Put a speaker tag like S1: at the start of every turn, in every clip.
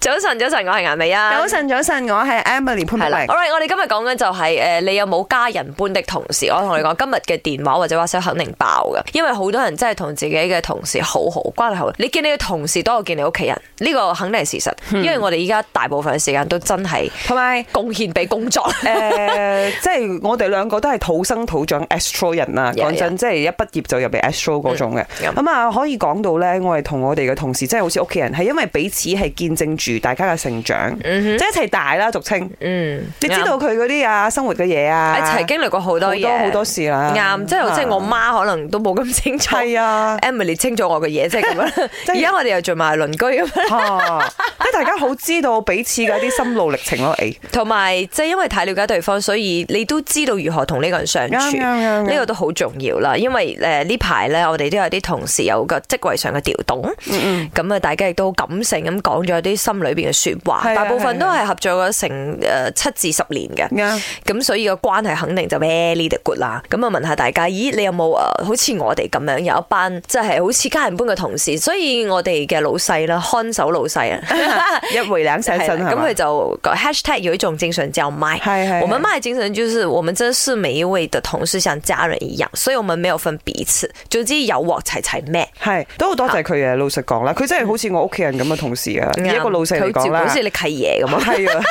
S1: 早晨，早晨，我係顏美啊。
S2: 早晨，早晨，我係 Emily 潘
S1: 係啦
S2: 碧
S1: ，Alright，我哋今日講緊就係、誒、你有冇家人般的同事？我同你講，今日嘅電話或者 WhatsApp 肯定爆嘅，因為好多人真係同自己嘅同事好好關係好。你見你嘅同事多過見你屋企人，呢、個肯定係事實。
S2: 嗯
S1: 因為我哋依家大部分嘅時間都真係
S2: 同埋。
S1: 貢獻俾工 作。
S2: 誒、即係我哋兩個都係土生土長 Astro 人啊！
S1: Yeah,
S2: 講真即係一畢業就入嚟 Astro 嗰種嘅。
S1: 嗯
S2: 咁啊，可以講到呢，我係同我哋嘅同事，即係好似屋企人，係因為彼此係見證住大家嘅成長，
S1: 嗯
S2: 即係一齊大啦，俗稱。
S1: 嗯，
S2: 你知道佢嗰啲啊，生活嘅嘢啊，
S1: 啱一齊經歷過好多
S2: 好多
S1: 嘢，
S2: 好多事啦。
S1: 啱，即係即係我媽可能都冇咁清楚。
S2: 係啊。
S1: Emily 清楚我嘅嘢，即係咁 樣。
S2: 係
S1: 而家我哋又做埋鄰居 咁樣
S2: 啊即係大家好知道彼此嘅一啲心路歷程咯，誒，
S1: 同埋即係因為太了解對方，所以你都知道如何同呢個人相
S2: 啱
S1: 處。
S2: 啱啱
S1: 呢
S2: 啱
S1: 個都好重要啦，因為誒呢排咧，我哋都有啲同事有個職位上嘅調動，
S2: 嗯
S1: 咁啊大家亦都好感性咁講咗啲心裏邊嘅説
S2: 係
S1: 話，
S2: 啊嗯
S1: 大部分都係合作咗成誒七至十年嘅，
S2: 啱
S1: 咁所以個關係肯定就 very good 啦。咁啊問下大家，咦你有冇誒好似我哋咁樣有一班即係好似家人般嘅同事？所以我哋嘅老細啦，看守老細 啊。
S2: 一回兩醒身
S1: 係啦
S2: 係
S1: 咁
S2: 嘛
S1: 佢就個 hashtag 有一種精神叫麥。
S2: 係係
S1: 我們麥的精神就是我們真是每一位的同事像家人一樣，所以我們沒有分彼此，總之有鑊齊齊咩。
S2: 係都好多謝佢嘅，老實講啦，佢真係好似我屋企人咁嘅同事啊，以一個老細嚟
S1: 嗯佢照
S2: 講
S1: 顧
S2: 啦
S1: 好， 似你契爺咁啊。
S2: 係啊，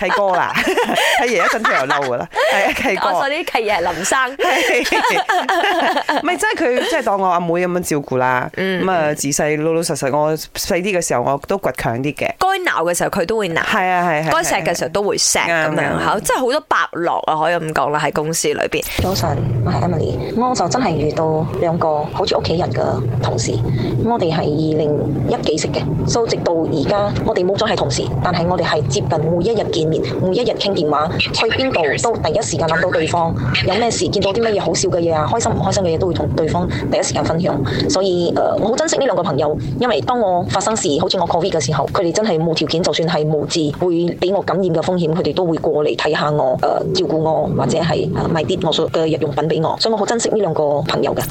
S2: 契哥 啦，契爺一陣佢又嬲噶啦，係啊，契
S1: 我
S2: 哥
S1: 所。以哦啲契爺係林生。
S2: 係 唔係，即係佢即係當我阿妹咁樣照顧啦。
S1: 嗯
S2: 咁啊，自細老老實實，我細啲嘅時候我都倔強啲嘅。
S1: 該鬧嘅時候佢都會鬧，
S2: 係啊係係。
S1: 該錫嘅時候都會錫
S2: 啱
S1: 咁樣
S2: 啱
S1: 嚇，即係好多伯樂啊，可以咁講啦喺公司裏邊。
S3: 早晨，我係 Emily，我就真係遇到兩個好似屋企人嘅同事，我哋係二零一幾識嘅，所以直到而家我哋冇咗係同事，但係我哋係接近每一日見面，每一日傾電話，去邊度都第一時間諗到對方，有咩事見到啲乜嘢好笑嘅嘢啊，開心唔開心嘅嘢都會同對方第一時間分享，所以誒、呃我好珍惜呢兩個朋友，因為當我發生事，好似我 Covid 嘅時候，佢哋真係無條件，就算係無知會俾我感染嘅風險，佢哋都會過嚟睇下呃我，誒、照顧我，或者係誒買啲我所嘅日用品俾我，所以我好珍惜呢兩個朋友嘅。